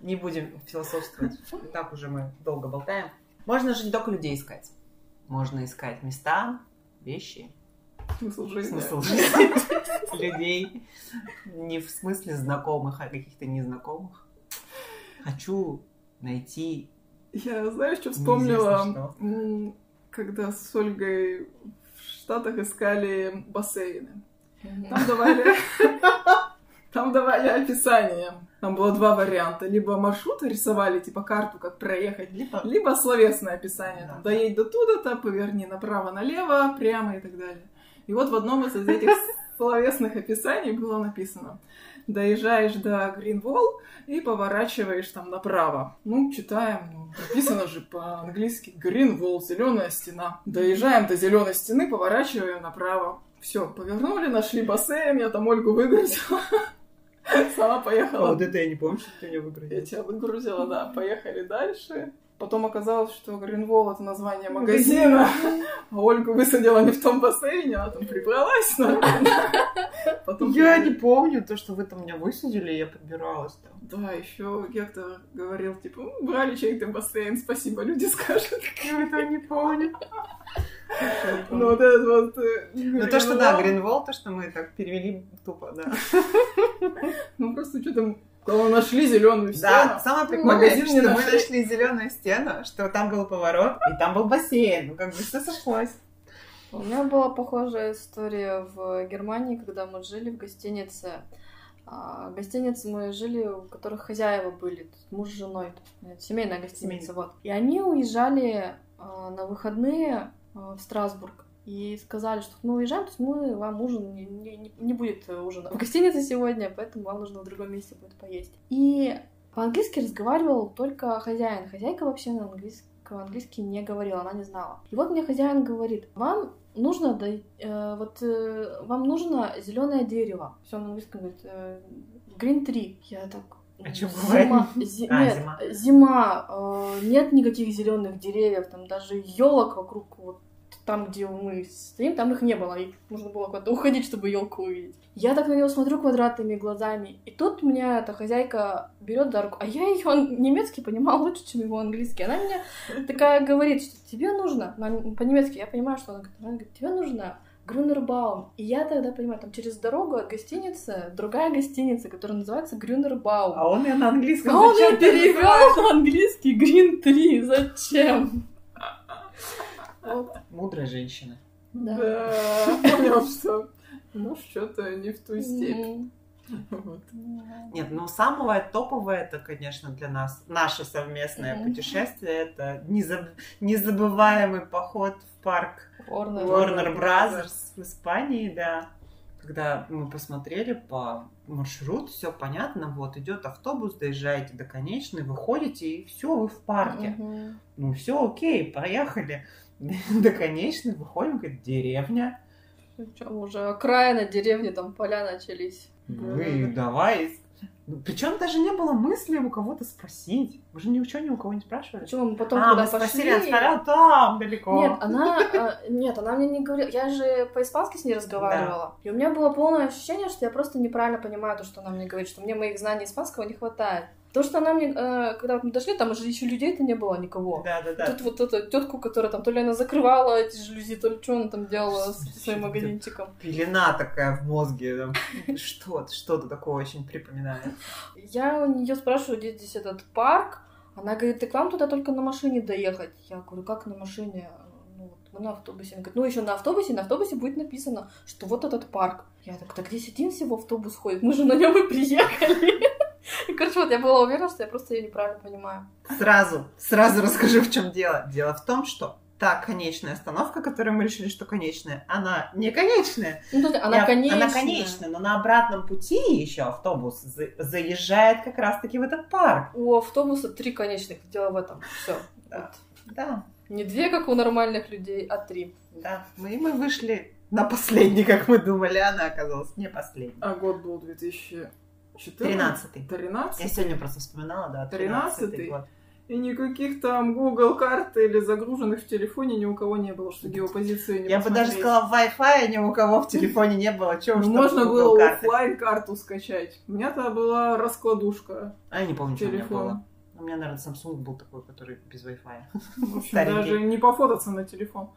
[SPEAKER 2] Не будем философствовать. И Так уже мы долго болтаем. Можно же не только людей искать. Можно искать места, вещи,
[SPEAKER 1] Смысл жизни.
[SPEAKER 2] смысл жизни, людей. Не в смысле знакомых, а каких-то незнакомых. Хочу найти
[SPEAKER 1] Я, знаешь, что
[SPEAKER 2] Неизвестно
[SPEAKER 1] вспомнила? М, Когда с Ольгой в Штатах искали бассейны. Там давали... [laughs] Там давали описание. Там было два варианта. Либо маршруты рисовали, типа карту, как проехать,
[SPEAKER 2] либо
[SPEAKER 1] либо словесное описание. Там,
[SPEAKER 2] Да.
[SPEAKER 1] доедь до туда-то, поверни направо-налево, прямо и так далее. И вот в одном из этих словесных описаний было написано «Доезжаешь до Гринволл и поворачиваешь там направо». Ну, читаем, ну, написано же по-английски «Гринволл», «Зеленая стена». Доезжаем до зеленой стены, поворачиваем направо. Все, повернули, нашли бассейн, я там Ольгу выгрузила. [laughs] Сама поехала
[SPEAKER 2] А вот это я не помню, что ты меня
[SPEAKER 1] я
[SPEAKER 2] выгрузил.
[SPEAKER 1] тебя выгрузила, да. Поехали дальше. Потом оказалось, что Гринвол это название магазина. А Ольгу высадила не в том бассейне, она там прибралась. наверное. Потом...
[SPEAKER 2] Я не помню то, что вы там меня высадили, я подбиралась там.
[SPEAKER 1] Да, еще Гектор говорил, типа, «М, брали чей-то бассейн, спасибо, люди скажут.
[SPEAKER 2] Я этого не помню. [laughs]
[SPEAKER 1] Ну, вот этот вот... э,
[SPEAKER 2] Ну то, что да,
[SPEAKER 1] Гринвол.
[SPEAKER 2] Гринволл, то, что мы так перевели тупо, да.
[SPEAKER 1] Ну, просто что-то... Когда нашли зеленую
[SPEAKER 2] Да,
[SPEAKER 1] стену.
[SPEAKER 2] самое
[SPEAKER 1] Магазин
[SPEAKER 2] прикольное,
[SPEAKER 1] не
[SPEAKER 2] что мы
[SPEAKER 1] нашли.
[SPEAKER 2] нашли зеленую стену, что там был поворот, и там был бассейн. Ну как бы все сошлось.
[SPEAKER 3] У меня была похожая история в Германии, когда мы жили в гостинице. А, гостиницы мы жили, у которых хозяева были, то есть муж с женой, то есть, э, семейная гостиница,
[SPEAKER 2] Семейная.
[SPEAKER 3] вот. И они уезжали а, на выходные а, в Страсбург и сказали, что мы уезжаем, то есть мы вам ужин не, не- не- не будет э, ужина в гостинице сегодня, поэтому вам нужно в другом месте будет поесть. И по-английски разговаривал только хозяин. Хозяйка вообще на английском английский не говорила, она не знала. И вот мне хозяин говорит, вам нужно, дой- э, вот, э, вам нужно зеленое дерево. Все на английском говорит, э, green tree. Я так...
[SPEAKER 2] А чё
[SPEAKER 3] «Зима- зи-
[SPEAKER 2] А,
[SPEAKER 3] нет,
[SPEAKER 2] зима.
[SPEAKER 3] зима, э, нет никаких зеленых деревьев, там даже елок вокруг вот там, где мы стоим, там их не было, и нужно было куда-то уходить, чтобы елку увидеть. Я так на него смотрю квадратными глазами, и тут меня эта хозяйка берет за руку, а я ее немецкий понимала лучше, чем его английский. Она мне такая говорит, что тебе нужно, на- по-немецки я понимаю, что она говорит, она говорит, тебе нужно Грюнербаум. И я тогда понимаю, там через дорогу от гостиницы другая гостиница, которая называется Грюнербаум.
[SPEAKER 2] А он ее на английском.
[SPEAKER 3] А он
[SPEAKER 2] зачем
[SPEAKER 3] ее
[SPEAKER 2] ты называешь?
[SPEAKER 3] перевел на английский Green 3. Зачем? Вот,
[SPEAKER 2] Мудрая женщина.
[SPEAKER 3] да.
[SPEAKER 1] Да, понял, что... Ну, что-то не в ту степь.
[SPEAKER 3] Мгм.
[SPEAKER 1] Вот.
[SPEAKER 2] Нет, ну самое топовое это, конечно, для нас наше совместное
[SPEAKER 3] Мгм.
[SPEAKER 2] путешествие. Это незаб- незабываемый поход в парк
[SPEAKER 3] Warner.
[SPEAKER 2] Warner
[SPEAKER 1] Warner
[SPEAKER 2] Brothers в Испании, да. Когда мы посмотрели по маршруту, все понятно, вот идет автобус, доезжаете до конечной, выходите, и все, вы в парке.
[SPEAKER 3] Мгм.
[SPEAKER 2] Ну все, окей, поехали. [laughs] До конечной выходим, говорит, деревня.
[SPEAKER 3] Причем уже окраина деревни, там поля начались.
[SPEAKER 2] Ну и давай. Причем даже не было мысли у кого-то спросить. Вы же ничего ни у кого не спрашивали.
[SPEAKER 3] Почему мы потом
[SPEAKER 2] А,
[SPEAKER 3] когда
[SPEAKER 2] мы спросили,
[SPEAKER 3] пошли...
[SPEAKER 2] она сказала, там,
[SPEAKER 3] Нет,
[SPEAKER 2] далеко.
[SPEAKER 3] она, э, нет, она мне не говорила. Я же по-испански с ней разговаривала. И у меня было полное ощущение, что я просто неправильно понимаю то, что она мне говорит, что мне моих знаний испанского не хватает. То, что она мне, э, когда вот мы дошли, там уже еще людей-то не было никого.
[SPEAKER 2] Да, да, да.
[SPEAKER 3] Тут вот эту тетку, которая там то ли она закрывала эти жалюзи, то ли что она там делала с со своим магазинчиком.
[SPEAKER 2] пелена такая в мозге.
[SPEAKER 3] [laughs]
[SPEAKER 2] там, Что-то, что-то такое очень припоминает.
[SPEAKER 3] Я у нее спрашиваю, где здесь этот парк. Она говорит, ты к вам туда только на машине доехать. Я говорю, как на машине? Ну, вот мы на автобусе. Она говорит, ну еще на автобусе, на автобусе будет написано, что вот этот парк. Я так, так здесь один всего автобус ходит, мы же на нем и приехали. [laughs] И, короче, вот я была уверена, что я просто ее неправильно понимаю.
[SPEAKER 2] Сразу, сразу расскажу, в чем дело. Дело в том, что та конечная остановка, которую мы решили, что конечная, она не конечная.
[SPEAKER 3] Ну, то есть она
[SPEAKER 2] Я-
[SPEAKER 3] конечная.
[SPEAKER 2] Она конечная, но на обратном пути еще автобус за- заезжает как раз-таки в этот парк.
[SPEAKER 3] У автобуса три конечных, дело в этом. Все.
[SPEAKER 2] Да. Да,
[SPEAKER 3] Не две, как у нормальных людей, а три.
[SPEAKER 2] да. Мы, мы вышли на последний, как мы думали, а она оказалась не последней.
[SPEAKER 1] А год был 2014.
[SPEAKER 2] Тринадцатый.
[SPEAKER 1] 13.
[SPEAKER 2] Я сегодня просто вспоминала, да,
[SPEAKER 1] Тринадцатый?
[SPEAKER 2] тринадцатый год.
[SPEAKER 1] И никаких там Google карт или загруженных в телефоне ни у кого не было, что геопозицию не
[SPEAKER 2] Я бы даже
[SPEAKER 1] посмотреть.
[SPEAKER 2] сказала, Wi-Fi ни у кого в телефоне не было. Чего уж
[SPEAKER 1] Ну,
[SPEAKER 2] там
[SPEAKER 1] можно
[SPEAKER 2] Google
[SPEAKER 1] было
[SPEAKER 2] карты.
[SPEAKER 1] оффлайн карту скачать. У меня-то была раскладушка
[SPEAKER 2] А я не помню, что у меня было.
[SPEAKER 1] телефон.
[SPEAKER 2] У меня, наверное, Samsung был такой, который без Wi-Fi.
[SPEAKER 1] В общем,
[SPEAKER 2] Старенький.
[SPEAKER 1] даже не пофотаться на телефон.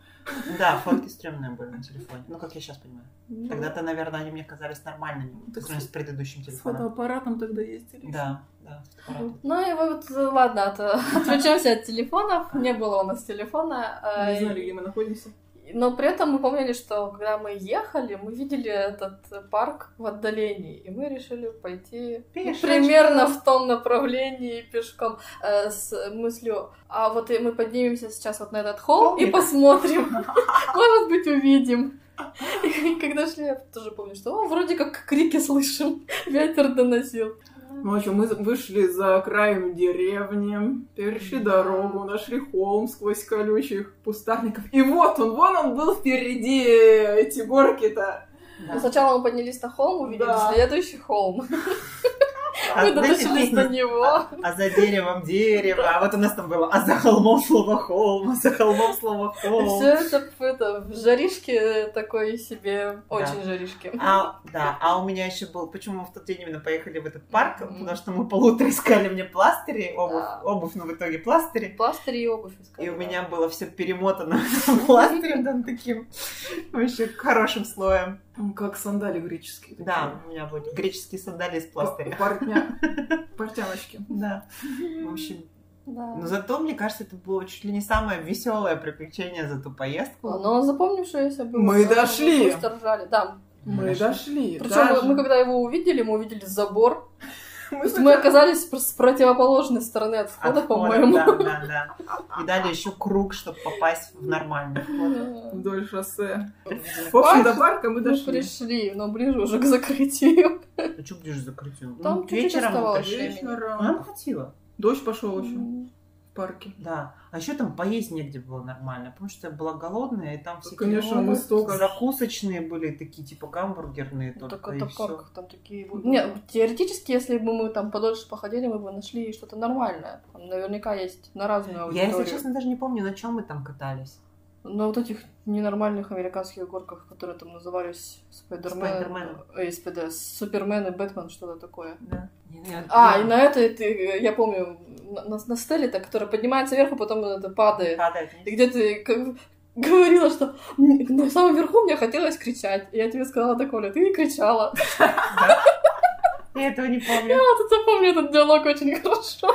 [SPEAKER 2] Да, фотки стрёмные были на телефоне. Ну, как я сейчас понимаю.
[SPEAKER 1] Ну,
[SPEAKER 2] Тогда-то, наверное, они мне казались нормальными,
[SPEAKER 1] Так
[SPEAKER 2] в сравнении с предыдущим
[SPEAKER 1] С
[SPEAKER 2] телефоном.
[SPEAKER 1] фотоаппаратом тогда ездили.
[SPEAKER 2] Да, да. правда.
[SPEAKER 3] Ну и вот, э, [laughs] ладно, от, отвлечемся от телефонов. Не было у нас телефона. э,
[SPEAKER 1] Не знали, где мы находимся.
[SPEAKER 3] Но при этом мы помнили, что когда мы ехали, мы видели этот парк в отдалении, и мы решили пойти ну,
[SPEAKER 2] Пешочком.
[SPEAKER 3] примерно в том направлении пешком э, с мыслью, а вот и мы поднимемся сейчас вот на этот холм и
[SPEAKER 2] Холмик.
[SPEAKER 3] посмотрим,
[SPEAKER 1] [laughs]
[SPEAKER 3] может быть, увидим. И когда шли, я тоже помню, что «О, вроде как крики слышим, ветер доносил.
[SPEAKER 1] Ночью Ну, мы вышли за краем деревни, перешли дорогу, нашли холм сквозь колючих кустарников. И вот он, вон он был впереди, эти горки-то.
[SPEAKER 2] Да.
[SPEAKER 3] Но Ну, сначала мы поднялись на холм, увидели
[SPEAKER 1] Да.
[SPEAKER 3] следующий холм,
[SPEAKER 2] А,
[SPEAKER 3] мы
[SPEAKER 2] знаете,
[SPEAKER 3] дотащились до
[SPEAKER 2] песня
[SPEAKER 3] него.
[SPEAKER 2] а за деревом дерево, а вот у нас там было, а за холмом слово холм, а за холмом слово холм.
[SPEAKER 3] Все это, это в жаришке такой себе, очень жаришке.
[SPEAKER 2] А, да, а у меня еще был, почему мы в тот день именно поехали в этот парк,
[SPEAKER 3] Мгм.
[SPEAKER 2] потому что мы полутора искали мне пластыри, обувь,
[SPEAKER 3] Да.
[SPEAKER 2] обувь, но в итоге пластыри,
[SPEAKER 3] Пластырь и обувь искали.
[SPEAKER 2] и у
[SPEAKER 3] да.
[SPEAKER 2] меня было все перемотано [laughs] пластырем, там таким вообще хорошим слоем.
[SPEAKER 1] Он как сандали греческие. такие.
[SPEAKER 2] Да, у меня были греческие сандалии из
[SPEAKER 1] Пар-
[SPEAKER 2] пластыря.
[SPEAKER 1] Портня. [laughs] Портяночки.
[SPEAKER 2] Да. В общем,
[SPEAKER 3] Да.
[SPEAKER 2] но зато, мне кажется, это было чуть ли не самое веселое приключение за ту поездку.
[SPEAKER 3] Но запомнившееся было.
[SPEAKER 1] Мы
[SPEAKER 3] да,
[SPEAKER 1] дошли.
[SPEAKER 3] просто ржали, Ну да.
[SPEAKER 1] Мы
[SPEAKER 2] Хорошо.
[SPEAKER 1] дошли. даже.
[SPEAKER 3] Причем мы когда его увидели, мы увидели забор. То
[SPEAKER 1] Мы
[SPEAKER 3] есть мы
[SPEAKER 1] сначала-
[SPEAKER 3] оказались пр- с противоположной стороны от
[SPEAKER 2] От
[SPEAKER 3] входа,
[SPEAKER 2] входа,
[SPEAKER 3] по-моему. [laughs]
[SPEAKER 2] Да, да, да. И дали еще круг, чтобы попасть в нормальный вход.
[SPEAKER 3] Да.
[SPEAKER 1] Вдоль шоссе. В
[SPEAKER 2] Видимо,
[SPEAKER 1] общем,
[SPEAKER 3] Парк.
[SPEAKER 1] до парка мы
[SPEAKER 3] Мы
[SPEAKER 1] дошли.
[SPEAKER 3] пришли, но ближе уже к закрытию.
[SPEAKER 2] Ну, что будешь закрытию?
[SPEAKER 3] Там
[SPEAKER 2] Ну,
[SPEAKER 3] чуть-чуть
[SPEAKER 2] вечером мы
[SPEAKER 3] оставалось.
[SPEAKER 2] пришли. Ну,
[SPEAKER 1] Вечером.
[SPEAKER 2] Нам хватило.
[SPEAKER 1] Дождь пошел еще в парке.
[SPEAKER 2] Да. А еще там поесть негде было нормально, потому что я была голодная, и там все
[SPEAKER 1] Конечно, мы столько-
[SPEAKER 2] закусочные были, такие типа гамбургерные
[SPEAKER 3] Ну,
[SPEAKER 2] только,
[SPEAKER 3] Так
[SPEAKER 2] и
[SPEAKER 3] это
[SPEAKER 2] всё.
[SPEAKER 3] парк, там такие... вот- Нет, теоретически, если бы мы там подольше походили, мы бы нашли что-то нормальное. Там наверняка есть на разную
[SPEAKER 2] Я,
[SPEAKER 3] аудиторию.
[SPEAKER 2] если честно, даже не помню, на чем мы там катались.
[SPEAKER 3] На вот этих ненормальных американских горках, которые там назывались Спайдермен,
[SPEAKER 2] Спайдермен.
[SPEAKER 3] Эй, Спайдер- Супермен и Бэтмен, что-то такое.
[SPEAKER 2] Да. Не, я-
[SPEAKER 3] А,
[SPEAKER 2] я-
[SPEAKER 3] и на этой, ты- э, я помню, на, на, на стеле-то, которая поднимается вверх, а потом это падает.
[SPEAKER 2] Падает.
[SPEAKER 3] И где ты как- [laughs] говорила, что «М, на самом верху мне хотелось кричать. И я тебе сказала так, Оля, ты не кричала. [laughs]
[SPEAKER 2] Я этого не
[SPEAKER 3] Я
[SPEAKER 2] помню.
[SPEAKER 3] вот это помню этот диалог очень [laughs] хорошо.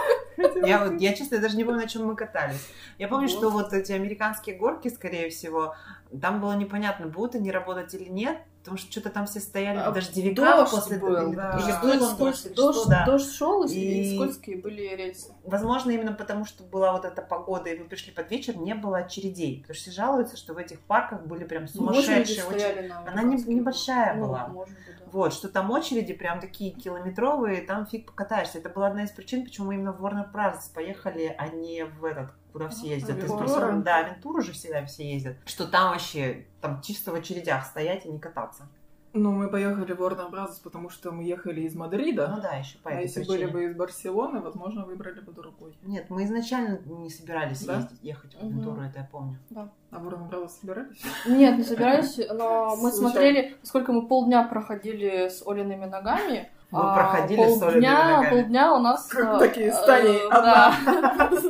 [SPEAKER 2] Я, вот- я, честно, даже не помню, на чем мы катались. Я помню,
[SPEAKER 1] Вот.
[SPEAKER 2] что вот эти американские горки, скорее всего, там было непонятно, будут они работать или нет, потому что что-то там все стояли
[SPEAKER 3] А,
[SPEAKER 2] в дождевиках
[SPEAKER 3] дождь
[SPEAKER 2] после...
[SPEAKER 3] был,
[SPEAKER 1] да.
[SPEAKER 2] Или
[SPEAKER 1] Дождь,
[SPEAKER 2] был он,
[SPEAKER 3] Скольз-
[SPEAKER 2] или Э, ну, что,
[SPEAKER 3] дождь,
[SPEAKER 2] да.
[SPEAKER 3] дождь шел, и,
[SPEAKER 2] И-
[SPEAKER 3] скользкие были рельсы.
[SPEAKER 2] Возможно, именно потому, что была вот эта погода, и мы пришли под вечер, не было очередей. Потому что все жалуются, что в этих парках были прям сумасшедшие
[SPEAKER 3] Очереди
[SPEAKER 2] очереди.
[SPEAKER 3] Ну, стояли на
[SPEAKER 2] Она не-
[SPEAKER 3] американских
[SPEAKER 2] небольшая
[SPEAKER 3] горках. Ну,
[SPEAKER 2] была.
[SPEAKER 3] может быть, да.
[SPEAKER 2] Вот, что там очереди прям такие километровые, там фиг покатаешься. Это была одна из причин, почему мы именно в Warner Bros. поехали, а не в этот, куда
[SPEAKER 1] Ну,
[SPEAKER 2] все ездят. Ты
[SPEAKER 1] Авентура.
[SPEAKER 2] спросила, да, Авентуру же всегда все ездят. Что там вообще, там чисто в очередях стоять и не кататься.
[SPEAKER 1] Ну, мы поехали в Warner Bros., потому что мы ехали из Мадрида.
[SPEAKER 2] Ну да, еще по
[SPEAKER 1] А
[SPEAKER 2] этой
[SPEAKER 1] если
[SPEAKER 2] причине.
[SPEAKER 1] были бы из Барселоны, возможно, выбрали бы другой.
[SPEAKER 2] Нет, мы изначально не собирались
[SPEAKER 1] Да?
[SPEAKER 2] ездить, ехать в
[SPEAKER 3] Мгм.
[SPEAKER 2] Авентуру, это я помню.
[SPEAKER 1] А в Warner Bros.
[SPEAKER 2] [laughs]
[SPEAKER 1] собирались?
[SPEAKER 3] Нет, не собираюсь, но мы
[SPEAKER 1] Случайно.
[SPEAKER 3] смотрели, сколько мы полдня проходили с Олиными ногами.
[SPEAKER 2] Мы
[SPEAKER 3] а
[SPEAKER 2] проходили с
[SPEAKER 3] полдня,
[SPEAKER 2] Олиными ногами.
[SPEAKER 3] полдня у нас...
[SPEAKER 1] Как
[SPEAKER 3] э,
[SPEAKER 1] такие
[SPEAKER 3] э,
[SPEAKER 1] стали
[SPEAKER 3] да.
[SPEAKER 2] [laughs]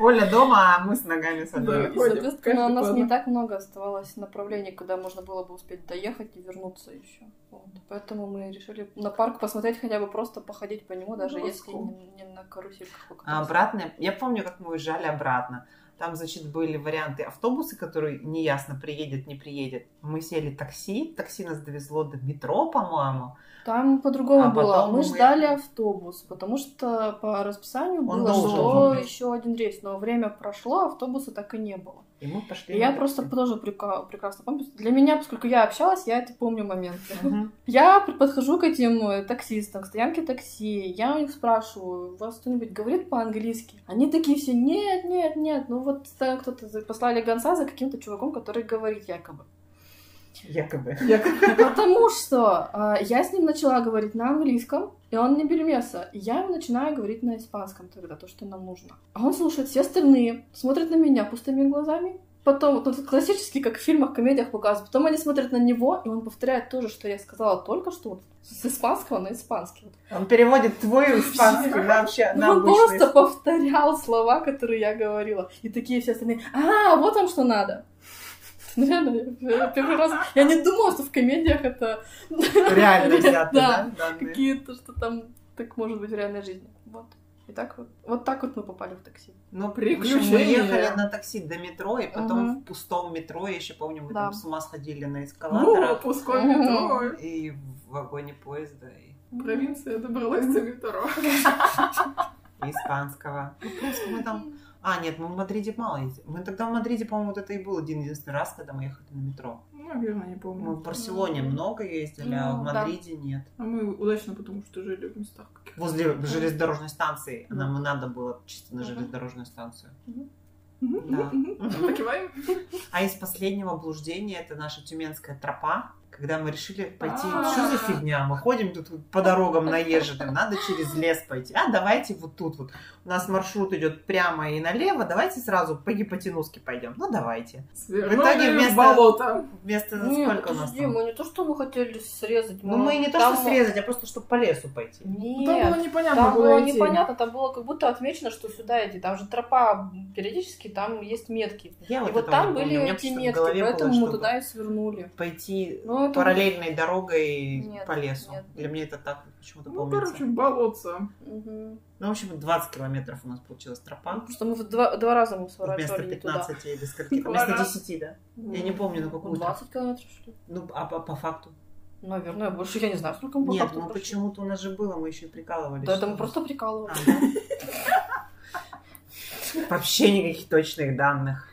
[SPEAKER 2] Оля дома, а мы с ногами с
[SPEAKER 1] Да.
[SPEAKER 3] И,
[SPEAKER 2] одной.
[SPEAKER 1] Каждый
[SPEAKER 3] соответственно, у нас
[SPEAKER 1] по
[SPEAKER 3] не
[SPEAKER 1] одной.
[SPEAKER 3] так много оставалось направлений, куда можно было бы успеть доехать и вернуться еще. Вот. Поэтому мы решили на парк посмотреть, хотя бы просто походить по нему, даже
[SPEAKER 1] Ну,
[SPEAKER 3] если
[SPEAKER 1] cool.
[SPEAKER 3] не, не на карусельках
[SPEAKER 2] А
[SPEAKER 3] покататься.
[SPEAKER 2] обратно, я помню, как мы уезжали обратно. Там, значит, были варианты автобуса, который неясно приедет, не приедет. Мы сели такси, такси нас довезло до метро, по-моему.
[SPEAKER 3] Там по-другому
[SPEAKER 2] А
[SPEAKER 3] было.
[SPEAKER 2] потом
[SPEAKER 3] Мы
[SPEAKER 2] мы-
[SPEAKER 3] ждали автобус, потому что по расписанию
[SPEAKER 2] Он
[SPEAKER 3] было,
[SPEAKER 2] должен
[SPEAKER 3] что
[SPEAKER 2] был быть.
[SPEAKER 3] еще один рейс, но время прошло, автобуса так и не было.
[SPEAKER 2] И мы
[SPEAKER 3] И
[SPEAKER 2] пошли.
[SPEAKER 3] я
[SPEAKER 2] на
[SPEAKER 3] просто
[SPEAKER 2] такси.
[SPEAKER 3] тоже прека- прекрасно помню. Для меня, поскольку я общалась, я это помню моменты.
[SPEAKER 2] Мгм.
[SPEAKER 3] Я при- подхожу к этим э, таксистам, к стоянке такси, я у них спрашиваю, у вас кто-нибудь говорит по-английски? Они такие все, нет, нет, нет, ну вот э, кто-то за- послали гонца за каким-то чуваком, который говорит якобы.
[SPEAKER 2] Якобы.
[SPEAKER 1] Я
[SPEAKER 3] Потому что а, я с ним начала говорить на английском, и он не бельмеса. И я ему начинаю говорить на испанском тогда, то, что нам нужно. А он слушает все остальные, смотрит на меня пустыми глазами. Потом, ну, тут классически, как в фильмах, комедиях показывают. Потом они смотрят на него, и он повторяет то же, что я сказала только что, вот, с испанского на испанский. Вот.
[SPEAKER 2] Он переводит
[SPEAKER 3] [laughs]
[SPEAKER 2] твой испанский на вообще на
[SPEAKER 3] он
[SPEAKER 2] обычный
[SPEAKER 3] Ну, просто
[SPEAKER 2] исп-
[SPEAKER 3] повторял слова, которые я говорила. И такие все остальные, а, вот вам что надо. [laughs] Ну, Реально, я первый раз... Я не думала, что в комедиях это...
[SPEAKER 2] Реально взятый,
[SPEAKER 3] [laughs] Да.
[SPEAKER 2] да? данные?
[SPEAKER 3] какие-то, что там так может быть в реальной жизни. Вот. И так вот. Вот так вот мы попали в такси.
[SPEAKER 2] Ну,
[SPEAKER 1] Приключения.
[SPEAKER 2] приключения. Мы ехали на такси до метро, и потом
[SPEAKER 3] Мгм.
[SPEAKER 2] в пустом метро, я еще помню, мы
[SPEAKER 3] Да.
[SPEAKER 2] там с ума сходили на
[SPEAKER 1] Ну,
[SPEAKER 2] эскалаторах
[SPEAKER 1] пускай
[SPEAKER 3] Мгм.
[SPEAKER 1] метро.
[SPEAKER 2] и в вагоне поезда, и
[SPEAKER 1] Провинция добралась до метро.
[SPEAKER 2] и испанского. Ну, просто мы там... А, нет, мы в Мадриде мало ездили. Мы тогда в Мадриде, по-моему, вот это и был один единственный раз, когда мы ехали на метро.
[SPEAKER 1] Ну, Наверное, не
[SPEAKER 2] Мы
[SPEAKER 1] помню.
[SPEAKER 2] в Барселоне
[SPEAKER 3] Мгм.
[SPEAKER 2] много ездили, а
[SPEAKER 3] Ну,
[SPEAKER 2] в
[SPEAKER 3] да.
[SPEAKER 2] Мадриде нет.
[SPEAKER 1] А мы удачно, потому что жили в местах каких-то.
[SPEAKER 2] Возле железнодорожной станции.
[SPEAKER 1] Да.
[SPEAKER 2] Нам надо было чисто на
[SPEAKER 3] Мгм.
[SPEAKER 2] железнодорожную станцию.
[SPEAKER 1] Мгм,
[SPEAKER 2] Да.
[SPEAKER 1] мгм, мгм. [laughs] Покиваем?
[SPEAKER 2] А из последнего блуждения это наша тюменская тропа, когда мы решили пойти.
[SPEAKER 1] А.
[SPEAKER 2] Что за фигня? Мы ходим тут вот по дорогам наезженным, надо через лес пойти. А давайте вот тут вот. У нас маршрут идет прямо и налево, давайте сразу по гипотенузке пойдем. Ну давайте.
[SPEAKER 1] Свернули
[SPEAKER 2] вместо-
[SPEAKER 1] в болото.
[SPEAKER 2] Вместо
[SPEAKER 3] Не,
[SPEAKER 2] сколько у нас
[SPEAKER 3] Ну, подожди,
[SPEAKER 2] там?
[SPEAKER 3] мы не то, что мы хотели срезать.
[SPEAKER 2] Ну мы не то
[SPEAKER 3] там-
[SPEAKER 2] что срезать, а просто чтобы по лесу пойти.
[SPEAKER 3] Нет,
[SPEAKER 1] Ну, Там было непонятно,
[SPEAKER 3] Ну, там
[SPEAKER 1] куда
[SPEAKER 3] было
[SPEAKER 1] идти.
[SPEAKER 3] непонятно, там было как будто отмечено, что сюда идти. Там же тропа периодически, там есть метки.
[SPEAKER 2] Я
[SPEAKER 3] и
[SPEAKER 2] вот
[SPEAKER 3] вот
[SPEAKER 2] этого
[SPEAKER 3] там
[SPEAKER 2] не помню. У
[SPEAKER 3] были
[SPEAKER 2] меня
[SPEAKER 3] эти
[SPEAKER 2] просто в
[SPEAKER 3] метки,
[SPEAKER 2] голове было,
[SPEAKER 3] поэтому мы
[SPEAKER 2] чтобы
[SPEAKER 3] туда и свернули.
[SPEAKER 2] пойти
[SPEAKER 3] Ну, это...
[SPEAKER 2] параллельной дорогой
[SPEAKER 3] Нет,
[SPEAKER 2] по лесу.
[SPEAKER 3] нет.
[SPEAKER 2] Для меня это так почему-то
[SPEAKER 1] Ну,
[SPEAKER 2] помнится.
[SPEAKER 1] короче, болотца.
[SPEAKER 3] Мгм.
[SPEAKER 2] Ну, в общем, 20 километров у нас получилась тропа.
[SPEAKER 3] Потому что мы в два, два раза мы
[SPEAKER 2] Ну, Вместо
[SPEAKER 3] сворачивали не Ну, туда. Ну,
[SPEAKER 2] 15 или скольки? там,
[SPEAKER 1] Два
[SPEAKER 2] Вместо
[SPEAKER 1] раза.
[SPEAKER 2] 10, да? Я не помню, на какую.
[SPEAKER 3] 20 километров, что ли?
[SPEAKER 2] Ну, а по, по факту?
[SPEAKER 3] Наверное, больше я не знаю, сколько мы по
[SPEAKER 2] Нет,
[SPEAKER 3] факту
[SPEAKER 2] ну
[SPEAKER 3] прошли.
[SPEAKER 2] почему-то у нас же было, мы еще и прикалывались.
[SPEAKER 3] Да это мы
[SPEAKER 2] что-
[SPEAKER 3] просто
[SPEAKER 2] А,
[SPEAKER 3] прикалывались.
[SPEAKER 2] да. Вообще никаких точных
[SPEAKER 3] [laughs]
[SPEAKER 2] данных.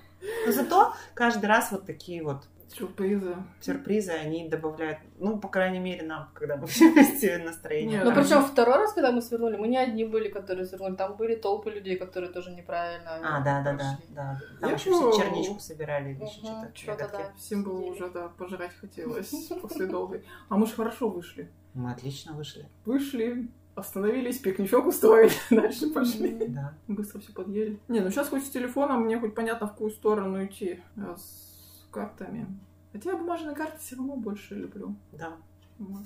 [SPEAKER 2] Но зато каждый раз вот такие вот
[SPEAKER 1] Сюрпризы.
[SPEAKER 2] сюрпризы, они добавляют, ну, по крайней мере, нам, когда мы [laughs] все вместе настроение.
[SPEAKER 1] Нет,
[SPEAKER 3] Ну,
[SPEAKER 1] там
[SPEAKER 3] причем второй раз, когда мы свернули, мы не одни были, которые свернули. Там были толпы людей, которые тоже неправильно.
[SPEAKER 2] А, да, да, да,
[SPEAKER 3] прошли.
[SPEAKER 2] да. Там
[SPEAKER 1] Я
[SPEAKER 2] еще все
[SPEAKER 1] был-
[SPEAKER 2] черничку собирали, или
[SPEAKER 3] Мгм,
[SPEAKER 2] еще что-то.
[SPEAKER 3] чё-то, да.
[SPEAKER 1] Всем было уже, да, пожрать
[SPEAKER 3] [laughs]
[SPEAKER 1] хотелось после долгой. А мы же хорошо вышли.
[SPEAKER 2] Мы отлично вышли.
[SPEAKER 1] Вышли, остановились, пикничок устроили, [laughs] дальше пошли.
[SPEAKER 3] Мгм.
[SPEAKER 2] Да.
[SPEAKER 1] Быстро все подъели. Не, ну сейчас хоть с телефоном, мне хоть понятно, в какую сторону идти. А с картами. Хотя я бумажные карты все равно больше люблю.
[SPEAKER 2] Да.
[SPEAKER 3] [laughs]
[SPEAKER 1] Вот.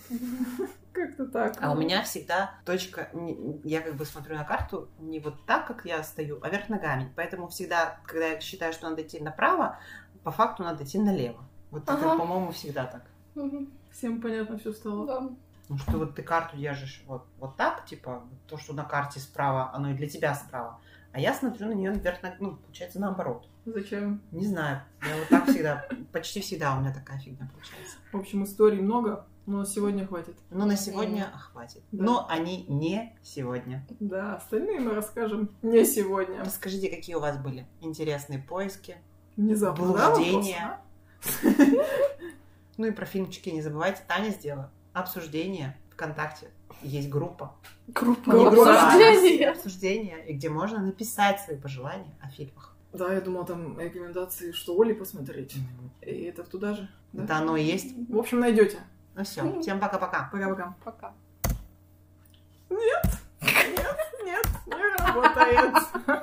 [SPEAKER 1] Как-то так.
[SPEAKER 2] А у меня всегда точка, не- я как бы смотрю на карту не вот так, как я стою, а вверх ногами. Поэтому всегда, когда я считаю, что надо идти направо, по факту надо идти налево. Вот это,
[SPEAKER 3] Ага.
[SPEAKER 2] по-моему, всегда так.
[SPEAKER 3] Мгм.
[SPEAKER 1] Всем понятно все стало.
[SPEAKER 3] Да.
[SPEAKER 2] Ну что вот ты карту держишь вот, вот так, типа вот то, что на карте справа, оно и для тебя справа. А я смотрю на нее вверх, ног- ну, получается наоборот.
[SPEAKER 1] Зачем?
[SPEAKER 2] Не знаю, я вот так всегда, почти всегда у меня такая фигня получается.
[SPEAKER 1] В общем, историй много, но сегодня хватит.
[SPEAKER 2] Но на сегодня хватит.
[SPEAKER 1] Да.
[SPEAKER 2] Но они не сегодня.
[SPEAKER 1] Да, остальные мы расскажем не сегодня.
[SPEAKER 2] Расскажите, какие у вас были интересные поиски.
[SPEAKER 1] Внезапно. да,
[SPEAKER 2] Блуждение.
[SPEAKER 1] вопрос,
[SPEAKER 2] Ну и про фильмчики не забывайте. Таня сделала обсуждение ВКонтакте. Есть группа.
[SPEAKER 3] Группа
[SPEAKER 1] Группа
[SPEAKER 2] обсуждения.
[SPEAKER 3] обсуждения.
[SPEAKER 2] обсуждения, и где можно написать свои пожелания о фильмах.
[SPEAKER 1] а? Да, я думала, там рекомендации, что Оли посмотреть. И это туда же. Да.
[SPEAKER 2] Это оно и есть.
[SPEAKER 1] В общем, найдете.
[SPEAKER 2] Ну все, всем пока-пока.
[SPEAKER 1] Пока-пока.
[SPEAKER 3] Пока.
[SPEAKER 1] Нет, не работает.